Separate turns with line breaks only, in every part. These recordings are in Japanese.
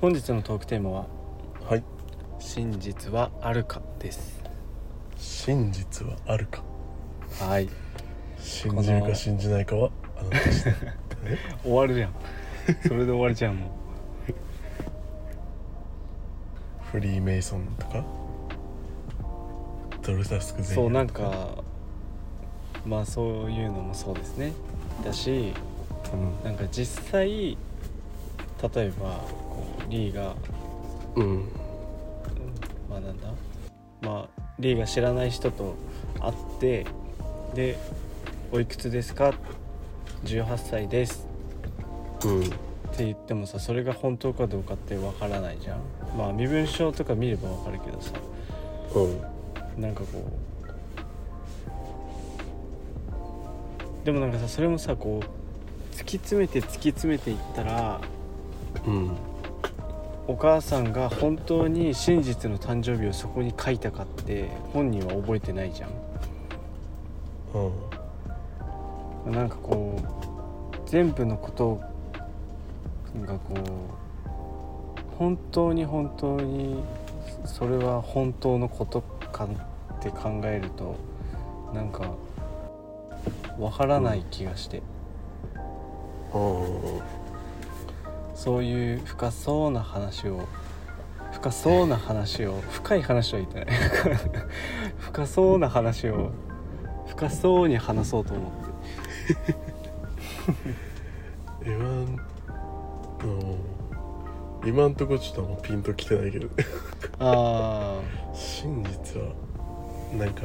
本日のトークテーマは
はい
真実はあるかです
真実はあるか
はい
信じる
この
か信じないかはあなた 次第
終わるじゃんそれで終わりじゃん もう
フリーメイソンとかドルタスク全
そうなんかまあそういうのもそうですねだしなんか実際例えばこうリーが、
うん、うん、
まあなんだまあリーが知らない人と会ってで「おいくつですか?」「18歳です」って言ってもさそれが本当かどうかってわからないじゃんまあ身分証とか見ればわかるけどさ
うんうん
なんかこうでもなんかさそれもさこう突き詰めて突き詰めていったら
うん
お母さんが本当に真実の誕生日をそこに書いたかって本人は覚えてないじゃんなんかこう全部のことがこう本当に本当にそれは本当のことかって考えるとなんかわからない気がして、
うん
そういう深そうな話を深そうな話を深い話は言ってない 深そうな話を深そうに話そうと思って
言わんうん今んとこちょっとあんまピンときてないけど
あ
真実はなんか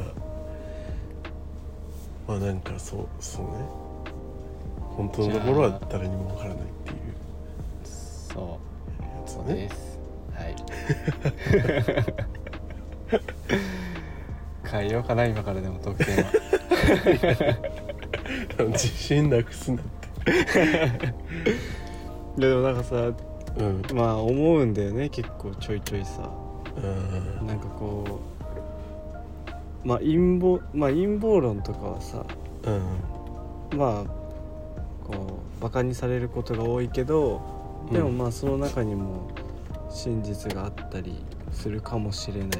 まあなんかそうそうね本当のところは誰にもわからないっていう
あそ
やつ
う
ね
です、はい 変えようかな今からでも特 典は
自信なくすなって
いやでもなんかさ
うん
まあ思うんだよね結構ちょいちょいさ
うん
なんかこうまあ陰謀まあ陰謀論とかはさ
うん
まあこうバカにされることが多いけどでもまあその中にも真実があったりするかもしれないで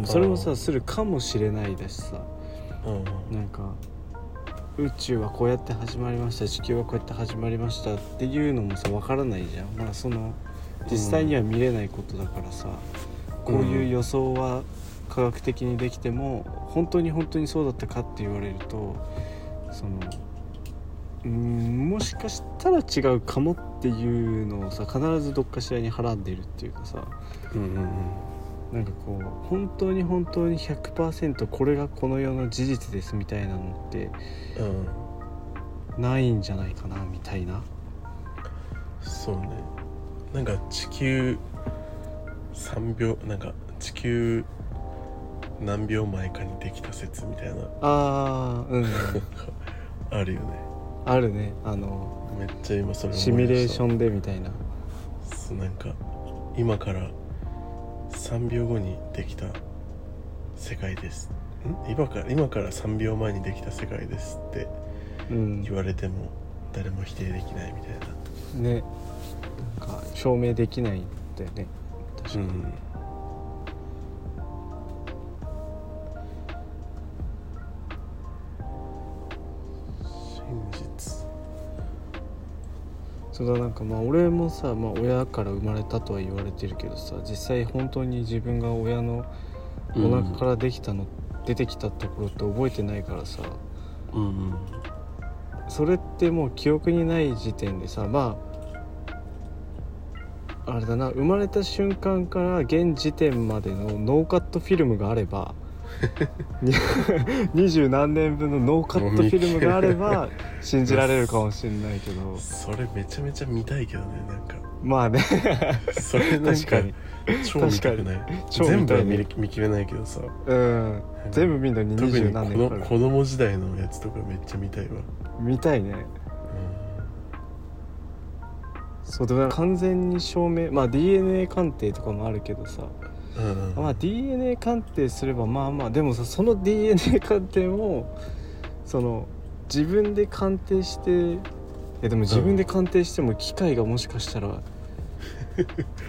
もそれも
あ
さ
ー
するかもしれないだしさ
うん
なんか宇宙はこうやって始まりました地球はこうやって始まりましたっていうのもさわからないじゃんまあその実際には見れないことだからさ、こういう予想は科学的にできても本当に本当にそうだったかって言われるとそのうーんもしかしたら違うかもっていうのをさ必ずどっかしらにはらんでるっていうかさ
うんうん
なんかこう本当に本当に100%これがこの世の事実ですみたいなのって
うんうん
ないんじゃないかなみたいな
そうねなんか地球3秒なんか地球何秒前かにできた説みたいななん
あーうん
かあるよね
あるねあの
めっちゃ今それ思い出した
シミュレーションでみたいな
そうなんか今から3秒後にできた世界ですん今から今から3秒前にできた世界ですって
うん
言われても誰も否定できないみたいな
ねなんか証明できないんだよね確か
う
に、
ん真実
そうだなんかまあ俺もさ、まあ、親から生まれたとは言われてるけどさ実際本当に自分が親のお腹からできたの、出てきたところって覚えてないからさ
うん
それってもう記憶にない時点でさまああれだな生まれた瞬間から現時点までのノーカットフィルムがあればに二十何年分のノーカットフィルムがあれば信じられるかもしれないけど
それめちゃめちゃ見たいけどねなんか
まあね
それなん
確
か
かに
超見たくない
超見たいね
全部は見れ見切れないけどさ
うん全部見るのに
特
二十
に子
何年
供
かかる
子供時代のやつとかめっちゃ見たいわ、
見たいねそうでもなんか完全に証明まあ DNA 鑑定とかもあるけどさ
うん、うんうん
まあ DNA 鑑定すればまあまあでもさその DNA 鑑定もその自分で鑑定していやでも自分で鑑定しても機械がもしかしたら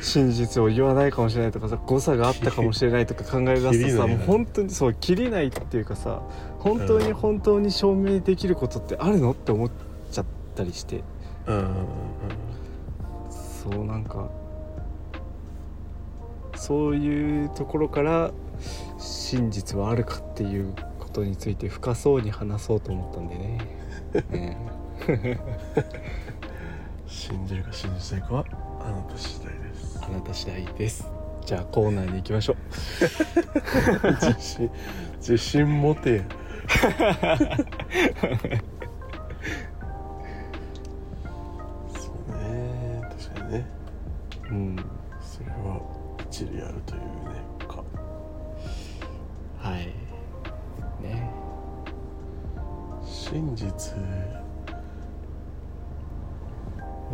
真実を言わないかもしれないとかさ誤差があったかもしれないとか考え出すと
切り
さ
ない
もう本当にそう切りないっていうかさ本当に本当に証明できることってあるのって思っちゃったりして
うんうんうん
そうなんかそういうところから真実はあるかっていうことについて深そうに話そうと思ったんでね、
信じるか信じないかはあなた次第です
あなた次第ですじゃあコーナーに行きましょう
自信自信持てそうね確かにね
うん
それは一理あるというねか
はいね
真実
だ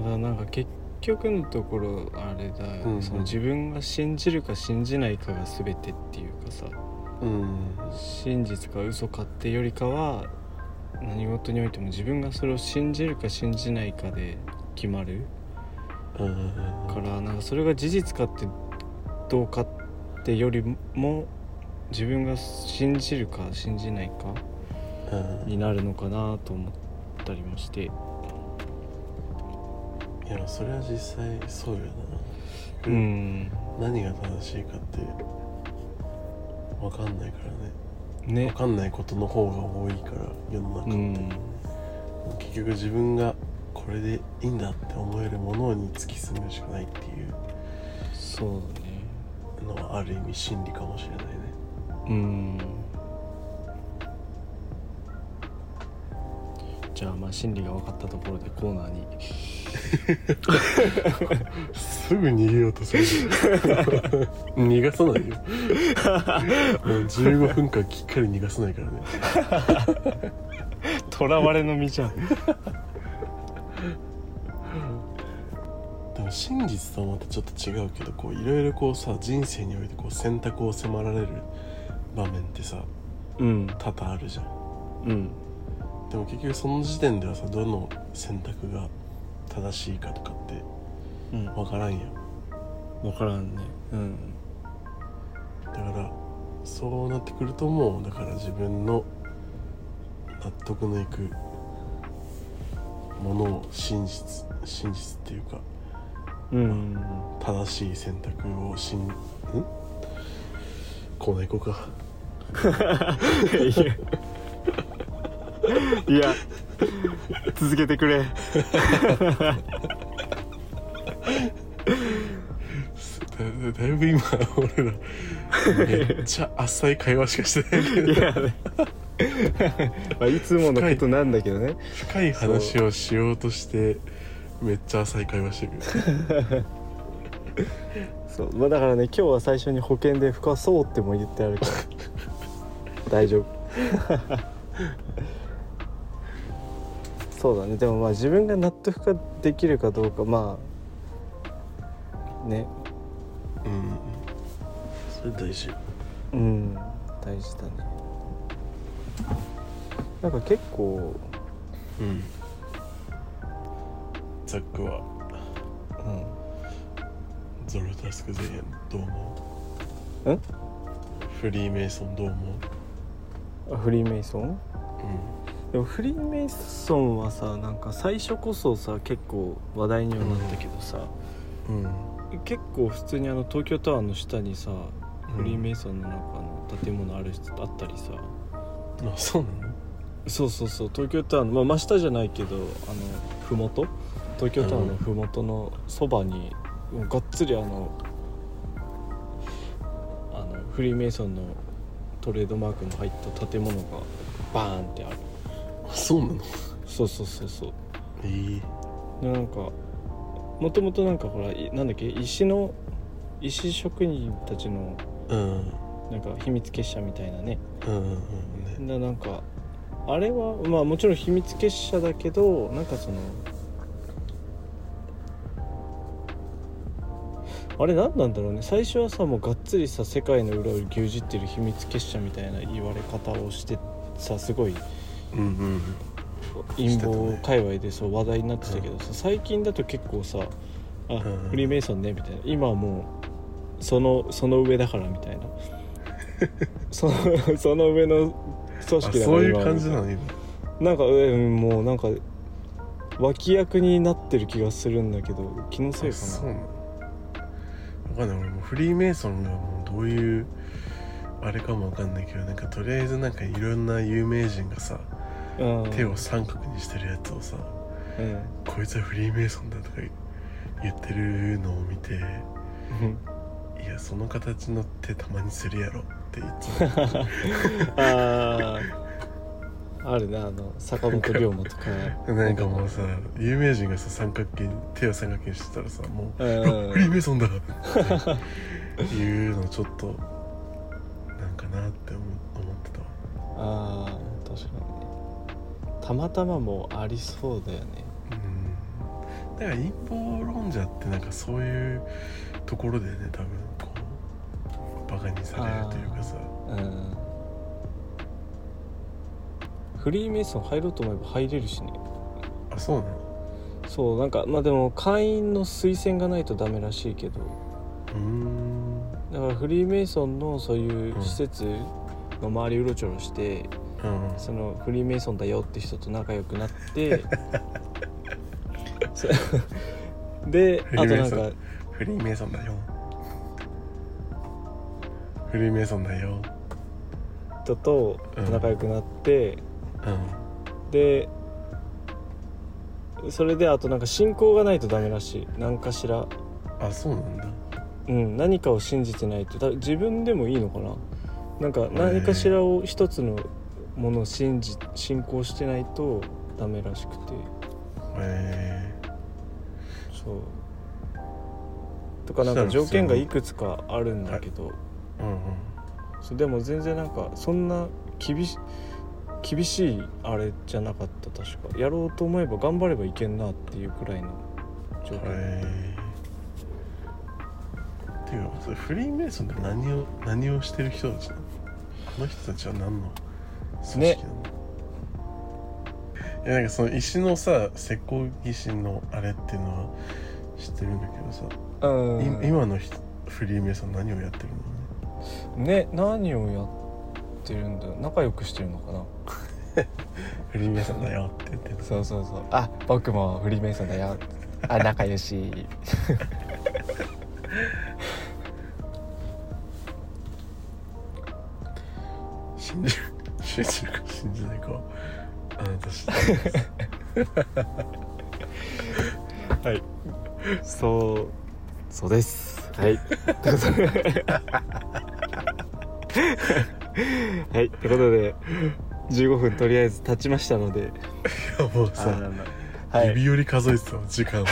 からなんか結局のところあれだよ、
うんうん
その自分が信じるか信じないかが全てっていうかさ
うん
真実か嘘かってよりかは何事においても自分がそれを信じるか信じないかで決まる
うん
からなんかそれが事実かってどうかってよりも自分が信じるか信じないか
うん
になるのかなと思ったりもして
いやそれは実際そうよな
うん
何が正しいかって分かんないからね分
ね
かんないことの方が多いから世の中、
うん
結局自分がこれでいいんだって思えるものに突き進むしかないっていう
そうだね
のはある意味真理かもしれないね
うんじゃあまあ心理が分かったところでコーナーに
すぐ逃げようとする 逃がさないよもう15分間きっかり逃がさないからね
囚われの身じゃん
でも真実とはまたちょっと違うけどこういろいろこうさ人生においてこう選択を迫られる場面ってさ
うん
多々あるじゃん
うん
でも結局その時点ではさどの選択が正しいかとかって
うん
分からんやん
分からんねうん
だからそうなってくるともうだから自分の納得のいくものを真実真実っていうか
うん
正しい選択をしんんコーナー行こうか
いやいや続けてくれ
だだいぶ今俺らめっちゃ浅い会話しかしてないけ
い
ど
や、まあ、いつものことなんだけどね
深い話をしようとしてめっちゃ浅い会話してる
そう、まあ、だからね今日は最初に保険で深そうっても言ってあるから大丈夫そうだねでもまあ自分が納得ができるかどうかまあね
うんそれ大事
うん大事だねなんか結構、
うんザックは
う
ゾロタスクゼリアンどう思
ん、ん
うフリーメイソンどう思
あフリーメイソン
う
でもフリーメイソンはさなんか最初こそさ結構話題にはなったけどさ、
うんうん
結構普通にあの東京タワーの下にさ、フリーメ
イ
イソンの中の建物ある人あったりさ
ソンあそうなの
そうそうそう東京タワーの、まあ、真下じゃないけどあの麓東京タワーの麓のそばに、もうがっつりあのあのフリーメイソンのトレードマークの入った建物がバーンってある
そうなの
そうそうそうそう
ええ
でなんかもともとなんかほらいなんだっけ石の石職人たちの
うん
なんか秘密結社みたいなね
うんうんうんね
ななんかあれはまあもちろん秘密結社だけどなんかそのあれ何なんだろうね最初はさもうがっつりさ世界の裏を牛耳ってる秘密結社みたいな言われ方をしてさすごい
うんうん
陰謀界隈でそう話題になってたけどさ、最近だと結構さ「あ、
ん
フリーメイソンね」みたいな今はもうそのその上だからみた いなそのその上の組織だ
あ
から
そういう
今は
感じなの今
なんか、うん、もうなんか脇役になってる気がするんだけど気のせい
あ
か
そう
な
なの分かんない俺もフリーメイソンがもうどういうあれかも分かんないけどなんかとりあえずなんかいろんな有名人がさ
うん
手を三角にしてるやつをさ
うん
こいつはフリーメイソンだとか言ってるのを見て いやその形の手たまにするやろっていつも
あーあるなあの坂本龍馬とか
なんかもうさ有名人がさ三角形に手を三角形にしてたらさもう
う
「フリー
ん
メイソンだ!」っていうのちょっとなんかなって思思ってたわ
あー確かにねたまたまもありそうだよね
うんだから陰謀論者ってなんかそういうところでね多分こうバカにされるというかさ
うんフリーメイソン入ろうと思えば入れるしね
あそうなの
そうなんかまあでも会員の推薦がないとダメらしいけど
うーん
だからフリーメイソンのそういう施設の周りうろちょろして、
うん
そのフリーメイソンだよって人と仲良くなって そであ
フリ
と
ーメ
な
イ
ん
ソン
か
フリーメイソンだよフリーメイソンだよ
人と仲良くなって、
うん
でそれであとなんか信仰がないとダメらしい何かしら、
あそうなんだ
うん、何かを信じてないとだ自分でもいいのかななんか何かしらを一つのものを信じ信仰してないとダメらしくて。
え
そうとかなんか条件がいくつかあるんだけど
ー、うんうん
そうでも全然なんかそんな厳し厳しいあれじゃなかった確かやろうと思えば頑張ればいけんなっていうくらいの条件、
えー、っていうかそれフリーメイソンって何を何をしてる人たちなのあの人たちは何の組織なの、いやなんかその石のさ石膏技師のあれっていうのは知ってるんだけどさ、
う
い
ん
今のひフリーメイソン何をやってるのね
ね何をやってるんだよ仲良くしてるのかな
フリーメイソンだよって言ってる
そうそうそうあ僕もフリーメイソンだよあ仲良し
信じる信じるか信じないかはあなた知ってる
はいそうそうですはいってことではいってことで15分とりあえず経ちましたので
いやもうさ
は
指
い
折り数えてたの時 間を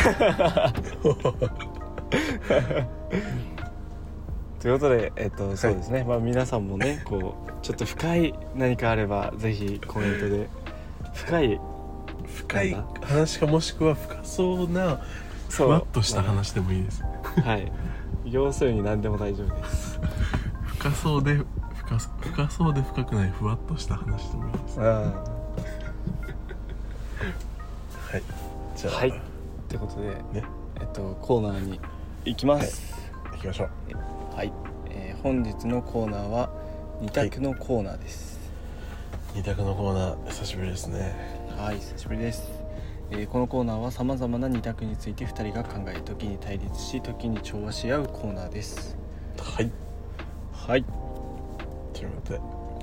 ということでえっとそうですね、まあ皆さんもねこうちょっと深い何かあればぜひコメントで深い
深い
なん
話かもしくは深そうなふ
そう
わっとした話でもいいです
はい要するに何でも大丈夫です
深そうで深そ深そうで深くないふわっとした話でもいいですは
うん
いじゃあ、
はいってことで
ね
えっとコーナーに行きます、
行きましょう
はい、えー本日のコーナーは二択のコーナーです。
二択のコーナー久しぶりですね
はい、久しぶりです。えーこのコーナーはさまざまな二択について二人が考え、時に対立し、時に調和し合うコーナーです。
はい
はい、
ということで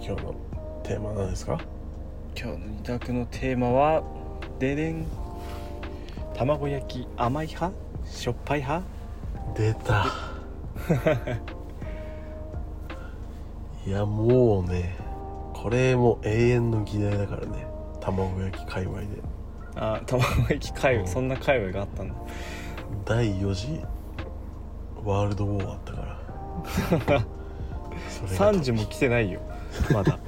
今日のテーマなんですか
今日の二択のテーマはででん。卵焼き甘い派、しょっぱい派。
出たいいやもうねこれも永遠の議題だからね卵焼き界隈で
あ卵焼き界
うん
隈そんな界隈があったんだ
第4次ワールドウォーあったからそれが
3時も来てないよまだ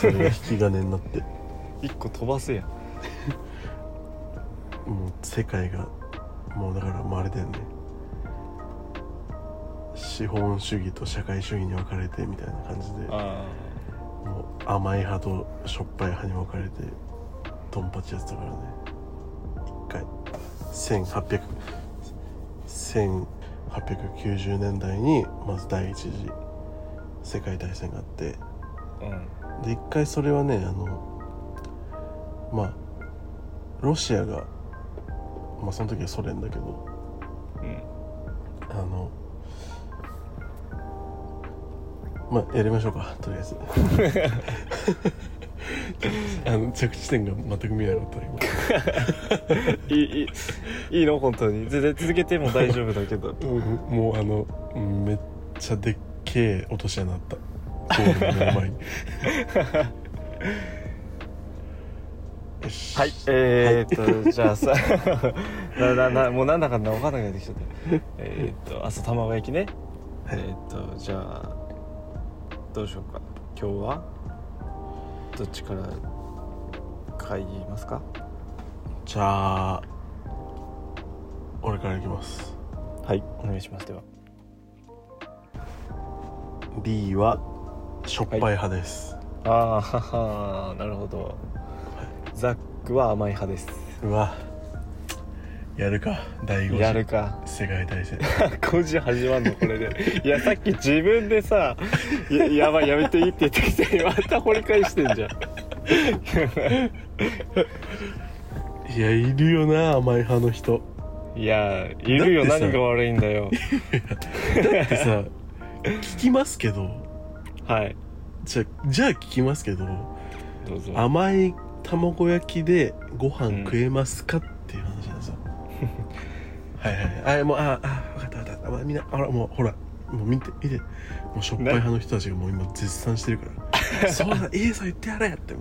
それが引き金になって
1個飛ばすやん
もう世界がもうだからもうあれだよね資本主義と社会主義に分かれてみたいな感じで
あ
もう甘い派としょっぱい派に分かれてドンパチやってたからね一回1800 1890年代にまず第一次世界大戦があって
あうん
で一回それはねあのまあロシアがまあその時はソ連だけど
うん
あのまあやりましょうかとりあ えずあの着地点が全く見えなかった今
いいいいいいの本当に全然続けても大丈夫だけど
うんもうあのうんめっちゃでっけえ落とし穴あったゴールの目の 前によし
はいえー、っとじゃあさ なななもうなんだかんだ分かんなくなってきちゃったえー、っと朝卵焼きね、
はい
えー、っとじゃあどうしようか今日はどっちから会議いますか
じゃあ俺からいきます
はいお願いしますでは
B はしょっぱい派です、
ああははなるほどザックは甘い派です
うわやるか第5
やる
次
か
世界大戦
工事始まんのこれでいやさっき自分でさ「ややばいやめていい」って言ってきてまた掘り返してんじゃん
いやいるよな甘い派の人
いやいるよ
だってさ
何が悪いんだよ
だってさ聞きますけど
はい
じゃじゃあ聞きますけど
どうぞ
甘い卵焼きでご飯食えますか、っていう話なんですよはいはいあもうああ分かった分かったあまあみんなあらもうほらもう見て見てもうしょっぱい派の人たちがもう今絶賛してるから そうだいいそう言ってやれやっても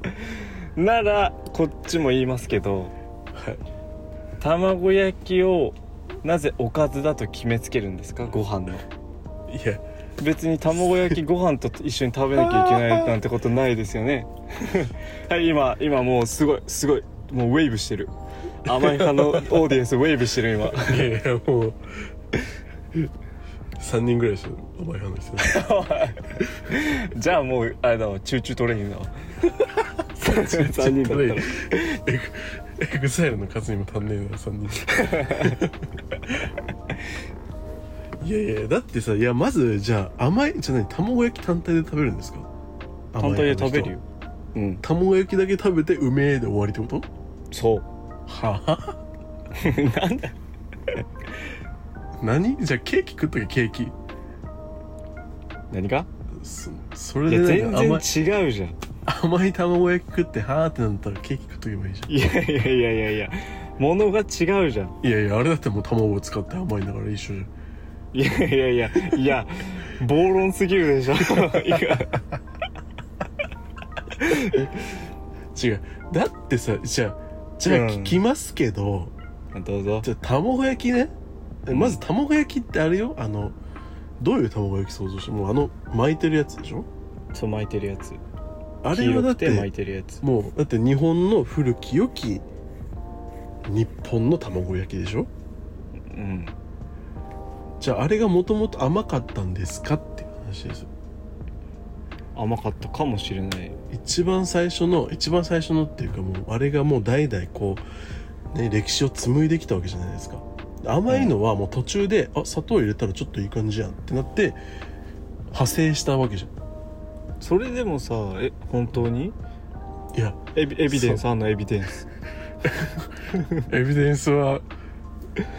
う
ならこっちも言いますけど
はい
卵焼きをなぜおかずだと決めつけるんですかご飯の
いや
別に卵焼きご飯と一緒に食べなきゃいけないなんてことないですよね はい今今もうすごいすごいもうウェーブしてる甘い派のオーディエンスウェーブしてる今
いやいやもう3人ぐらいでしょ甘い派の人
じゃあもうあれだわチューチュートレイン だわ 3人だったら
エグエグザイルの数にも足んねえな3人 いやいやだってさいやまずじゃあ甘いじゃない卵焼き単体で食べるんですか
単体で食べ
甘い派の人
る
は
ようん
卵焼きだけ食べてうめえで終わりってこと
そう
はあ
なんだ
何じゃあケーキ食っとけケーキ
何が
そそれ
いや
でな
全然
んか甘い
違うじゃん
甘い卵焼き食ってはあってなったらケーキ食っとけばいいじゃん
いやいやいやいやいやものが違うじゃん
いやいやあれだってもう卵を使って甘いんだから一緒じゃん
いやいやいやいや暴論すぎるでしょいや
違うだってさじゃあじゃあ
うん
聞きますけど、
どうぞ
じゃあ卵焼きねえ
うん
まず卵焼きってあれよあのどういう卵焼き想像してもうあの巻いてるやつでしょ
そう巻いてるやつ
あれはだっ
黄色く巻い
て
てるやつ
もうだって日本の古き良き日本の卵焼きでしょ
うん
じゃああれがもともと甘かったんですかっていう話ですよ
甘かったかもしれない
一番最初の一番最初のっていうかもうあれがもう代々こうね歴史を紡いできたわけじゃないですか甘いのはもう途中で、あ砂糖入れたらちょっといい感じやんってなって派生したわけじゃ
それでもさえ本当に
んい や
エビエビデンスあんのエビデンス
エビデンスは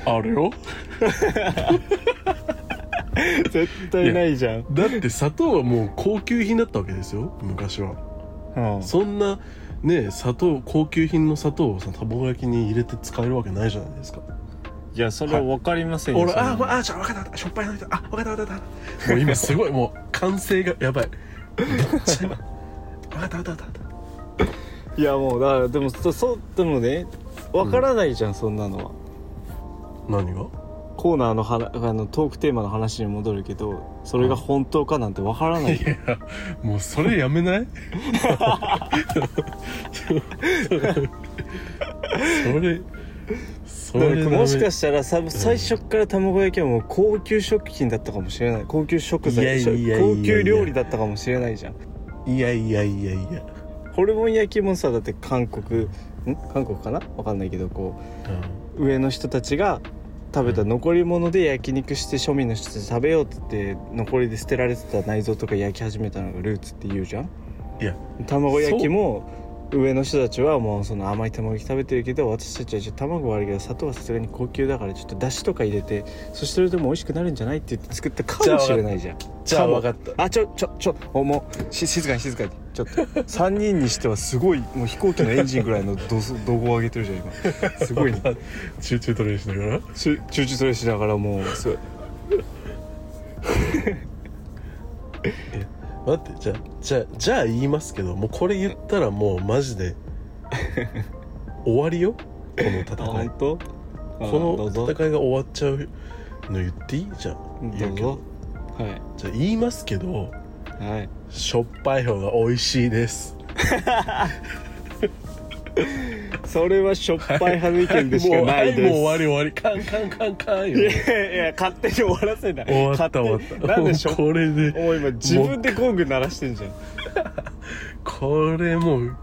あるよ
絶対ないじゃん、
だって砂糖はもう高級品だったわけですよ昔は
うん、
そんなね砂糖高級品の砂糖をさ卵焼きに入れて使えるわけないじゃないですか
いやそれは分かりませんよ、
俺
そんな
あ
の
もうあじゃあ分かった分かったしょっぱいの人あ分かった分かった分かったもう今すごいもう歓声がやばい分かった分かった分かっ
いやもうだからでもそそうでもねわからないじゃん、そんなのは
た何が
コーナーのはなあのトークテーマの話に戻るけどそれが本当かなんてわからない
いやもうそれやめない それそ
だか
れ
らもしか
し
したらさ最初から卵焼きはもう高級食品だったかもしれない高級食材
いやいやいやいや
高級料理だったかもしれないじゃん
いやいやいやいや、
ホルモン焼きもさだって韓国ん韓国かなわかんないけどこう上の人たちが食べた残り物で焼肉して庶民の人たち食べようって言って残りで捨てられてた内臓とか焼き始めたのがルーツって言うじゃん
うん、いや
卵焼きも上の人たちはもうその甘い卵焼き食べてるけど私たちはちょっと卵はあるけど砂糖はさすがに高級だからちょっとだしとか入れてそしてそれでも美味しくなるんじゃないって言って作ったかもしれないじゃん
じゃあ
かも
分かった
あちょちょちょおもうし静かに静かにちょっと3人にしてはすごいもう飛行機のエンジンぐらいのどす怒号を上げてるじゃん今すごいね
集中トレーしながら
集中それしながらもうすごい
待ってじゃあじゃあじゃあ言いますけどもうこれ言ったらもうマジで終わりよこの戦い
本当
この
どうぞ
戦いが終わっちゃうの言っていいじゃあ
どうぞは
じゃあ言いますけど
いはい
しょっぱい方が美味しいです
それはしょっぱい派の意見でしかないです
もうはいもう終わり終わりカンカンカンカン
い
よ
やいや勝手に終わらせない
終わった
勝手に
終わった
なんでしょ
もうこれで
もう今自分で工具鳴らしてんじゃん
これもう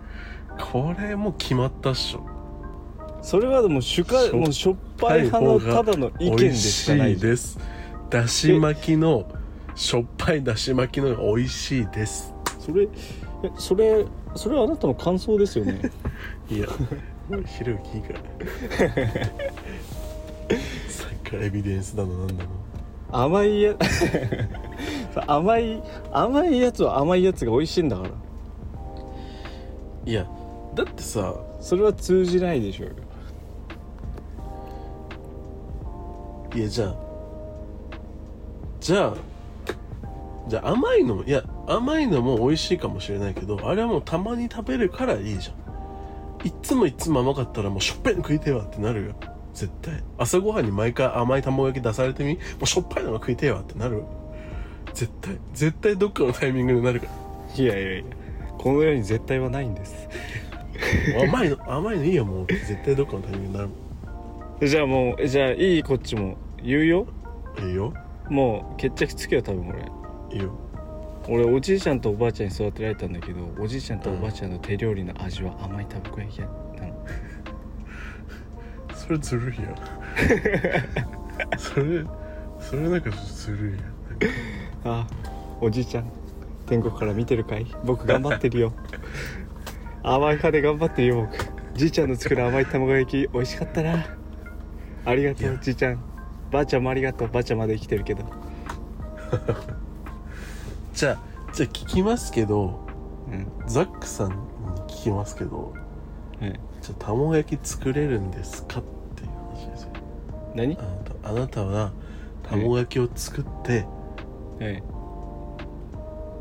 これもう決まったっしょ
それはでも主
し
観
ょ
もうしょっぱい派のただの意見
美
で
味
し
し
かないいじゃん
ですだし巻きのしょっぱいだし巻きのが美味しいです
それえそれそれはあなたの感想ですよね
いやひろゆきいいからさっきからエビデンスだのなんだの
甘いや 甘い甘いやつは甘いやつが美味しいんだから
いやだってさ
それは通じないでしょうよ
いやじゃあじゃあじゃあ甘いのもいや甘いのも美味しいかもしれないけどあれはもうたまに食べるからいいじゃんいっつもいっつも甘かったらもうしょっぱいの食いてえわってなるよ絶対朝ごはんに毎回甘い卵焼き出されてみもうしょっぱいのが食いてえわってなる絶対絶対どっかのタイミングでなるか
いやいやいやこの世に絶対はないんです
らもう甘いの甘いのいいよもう絶対どっかのタイミングでなる
じゃあもうじゃあいいこっちも言うよ
いいよ
もう決着つけよ多分俺
いいよ
俺おじいちゃんとおばあちゃんに育てられたんだけどおじいちゃんとおばあちゃんの手料理の味は甘いたばこ焼きやったの
それずるいやんそれそれなんかずるいやんなんか
あおじいちゃん天国から見てるかい僕頑張ってる よ甘い派で頑張ってるよ僕じいちゃんの作る甘い卵焼き美味しかったなありがと
いうや
じいちゃんばあちゃんもありがとうばあちゃんまで生きてるけど
じゃあじゃあ聞きますけど
うん
ザックさんに聞きますけど
はい
じゃあ卵焼き作れるんですかっていう話ですよ
何
あなたあなたは卵焼きを作って
はい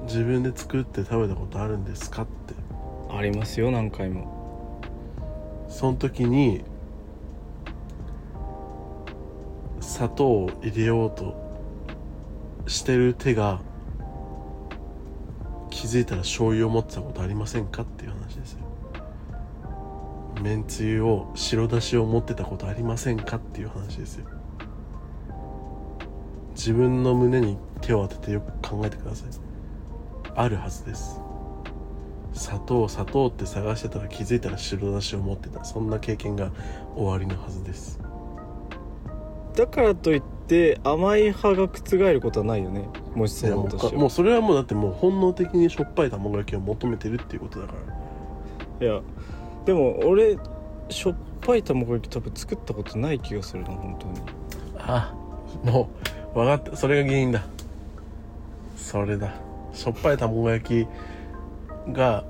自分で作って食べたことあるんですかって
ありますよ何回も
その時に砂糖を入れようとしてる手が気づいたら醤油を持ってたことありませんかっていう話ですよめんつゆを白だしを持ってたことありませんかっていう話ですよ自分の胸に手を当ててよく考えてくださいあるはずです砂糖砂糖って探してたら気づいたら白だしを持ってたそんな経験が終わりのはずです
だからといって甘い派が覆ることはないよねもし
い
そう
や
だ
もう
と
か
しても
もうそれはもうだってもう本能的にしょっぱい卵焼きを求めてるっていうことだから
いやでも俺しょっぱい卵焼き多分作ったことない気がするな本当に
あもう分かったそれが原因だそれだしょっぱい卵焼きが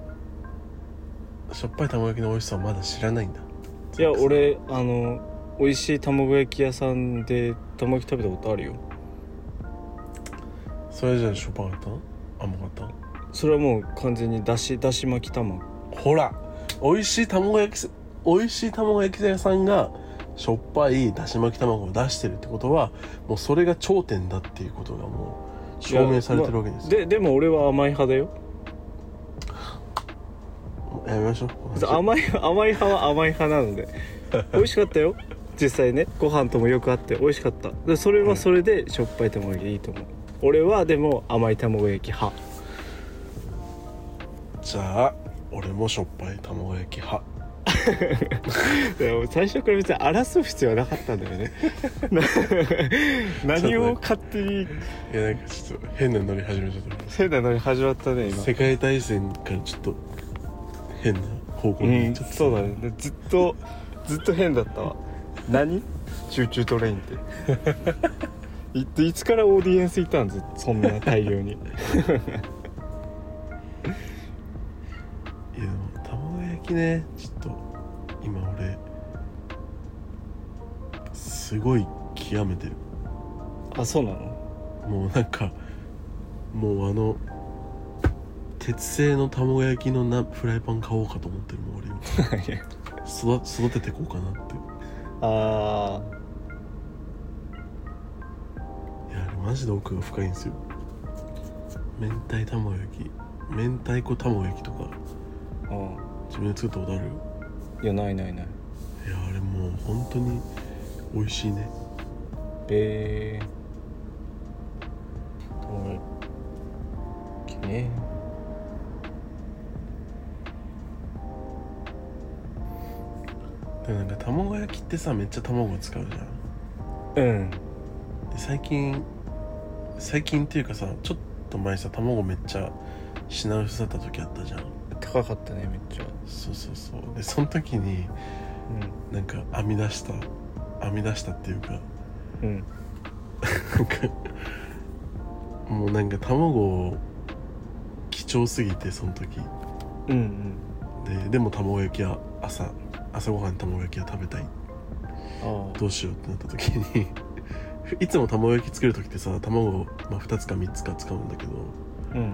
しょっぱい卵焼きの美味しさをまだ知らないんだ
いや俺あの美味しい卵焼き屋さんで卵焼き食べたことあるよ
それじゃあしょっぱかった甘かった
それはもう完全にだしだし巻き卵
ほら美味しい卵焼きせ美味しい卵焼き屋さんがしょっぱいだし巻き卵を出してるってことはもうそれが頂点だっていうことがもう証明されてるわけですよ、
ででも俺は甘い派だよ
やめましょう
甘い甘い派は甘い派な ので美味しかったよ実際ねご飯ともよくあって美味しかったでそれはそれでしょっぱい卵焼きでいいと思う俺はでも甘い卵焼き派
じゃあ俺もしょっぱい卵焼き派
でも最初から別に争う必要はなかったんだよ ねな何を勝手に
いやなんかちょっと変なノリ始めちゃった
変なのに始まったね今
世界大戦からちょっと変な方向
う
に行っ
ん
ちゃった、
そうだねでずっとずっと変だったわ何チューチュートレインってい ついつからオーディエンスいたんずそんな大量に
いやでも卵焼きねちょっと今俺すごい極めてる
あそうなの
もうなんかもうあの鉄製の卵焼きのなフライパン買おうかと思ってるもん俺今育育ててこうかなって
あ
いやあれマジで奥が深いんですよ明太卵焼き明太子卵焼きとか
あうん
自分で作ったことある
いやないないない
いやあれもう本当に美味しいね
えー、卵焼きね
でもなんか卵焼きってさめっちゃ卵を使うじゃん
うん
で最近最近っていうかさちょっと前さ卵めっちゃ品薄だった時あったじゃん
高かったねめっちゃ
そうそうそうでその時になんか編み出した編み出したっていうか
うんうん
なんかもうなんか卵貴重すぎてその時
うんうん
ででも卵焼きは朝朝ごはんに卵焼きは食べたい
あ
どうしようってなった時に いつも卵焼き作る時ってさ卵を、まあ、2つか3つか使うんだけど、
あうん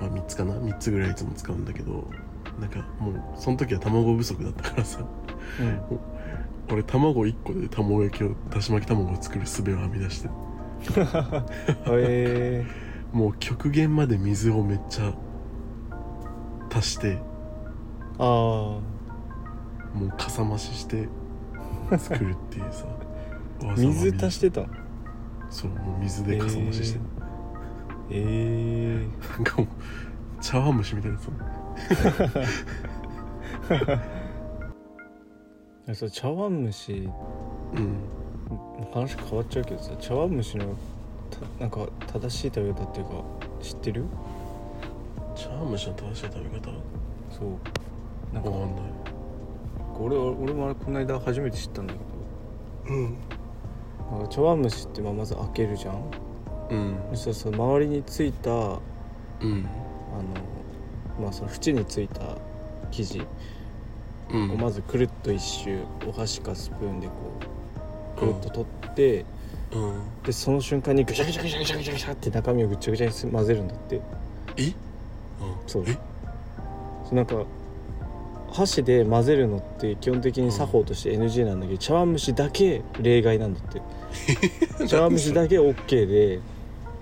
まあ、3つかな3つぐらいいつも使うんだけどなんかもうその時は卵不足だったからさ
うん
俺卵1個で卵焼きをだし巻き卵を作る術を編み出して
え
もう極限まで水をめっちゃ足し
ー、
て
あ
もうかさ増しして作るっていう さ
あ
技を編
水
み出
足してたの
そうもう水でかさ増しして、
えー、
なんかもう茶碗蒸しみたいなやつ
えー、それ茶碗蒸し
うん
話変わっちゃうけどさ茶碗蒸しのたなんか正しい食べ方っていうか知ってる
茶碗蒸しの正しい食べ方
そうなんか
わかんない
俺俺もあれこの間初めて知ったんだけ
うん
どなんか茶碗蒸しってまあまず開けるじゃん
うん
そしたらその周りについたあの
うん
まあその縁についた生地
うん
をまずくるっと一周お箸かスプーンでこうくるっと取って、
うん
でその瞬間にぐちゃぐちゃぐちゃぐちゃぐちゃぐちゃって中身をぐちゃぐちゃにす混ぜるんだって
え
そう
え
そうなんか箸で混ぜるのって基本的に作法として NG なんだけど、茶碗蒸しだけ例外なんだって 茶碗蒸しだけ OK で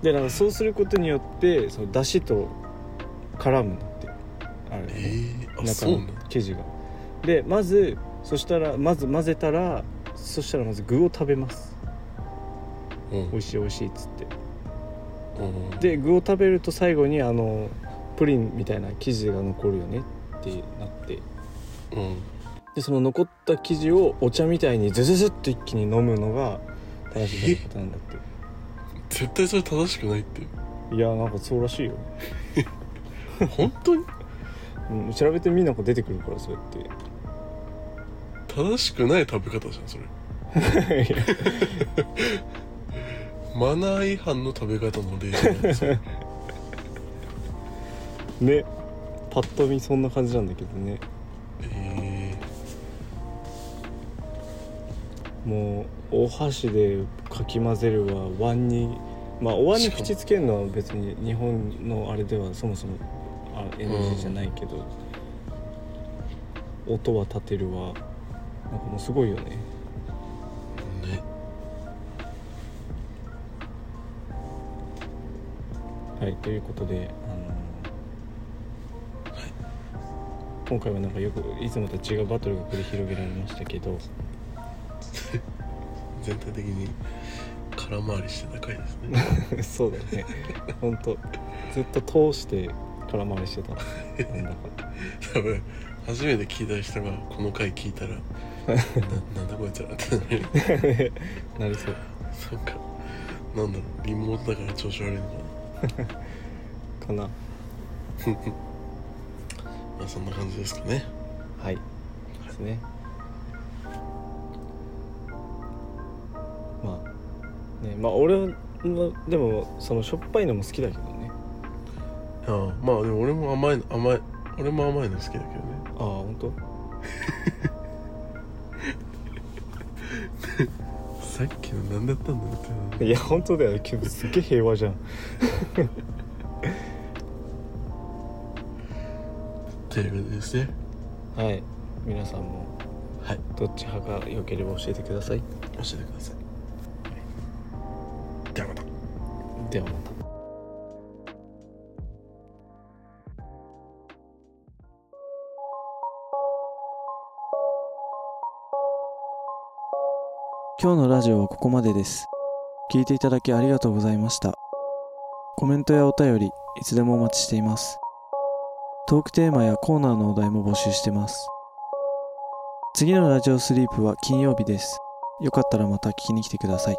でなんかそうすることによってその出汁と絡むんだってあれ、
えー、あ
中
そうな
の
んだ
生地がでまずそしたらまず混ぜたらそしたらまず具を食べます
うん
美味しい美味しいっつって
うん
で具を食べると最後にあのプリンみたいな生地が残るよねってなって
うん
でその残った生地をお茶みたいにズズズッと一気に飲むのが正しい食べ方なんだっ
絶対それ正しくないって
ていやなんかそうらしいよ、
本当に
うん、調べてみなんか出てくるからそうやって
正しくない食べ方じゃんそれ マナー違反の食べ方の例じゃないそれ
ねパッと見そんな感じなんだけどね
え
もうお箸でかき混ぜるわ碗にまあお椀に口つけるのは別に日本のあれではそもそもあ NG じゃないけど、音は立てるはなんかもうすごいよね
ね
はいということであの今回はなんかよくいつもと違うバトルが繰り広げられましたけど
全体的に空回りしてた回ですね
そうだよね本当ずっと通して空回りしてたなんだか
多分初めて聞いた人がこの回聞いたらななん だこいつらってなる
なりそう
なんかなんだろうリモートだから調子悪いのか
かな
なまあそんな感じですかね
はいですねまあねまあ俺もでもそのしょっぱいのも好きだけどね
ああまあでも俺も甘いの甘い俺も甘いの好きだけどね
ああ本当
さっきの何だったんだろうってない
や本当だよ今日すっげえ平和じゃん
ということでですね
はい皆さんも
はい
どっち派が良ければ教えてください
教えてくださいではまた
ではまた
今日のラジオはここまでです。聞いていただきありがとうございました。コメントやお便り、いつでもお待ちしています。トークテーマやコーナーのお題も募集してます。次のラジオスリープは金曜日です。よかったらまた聞きに来てください。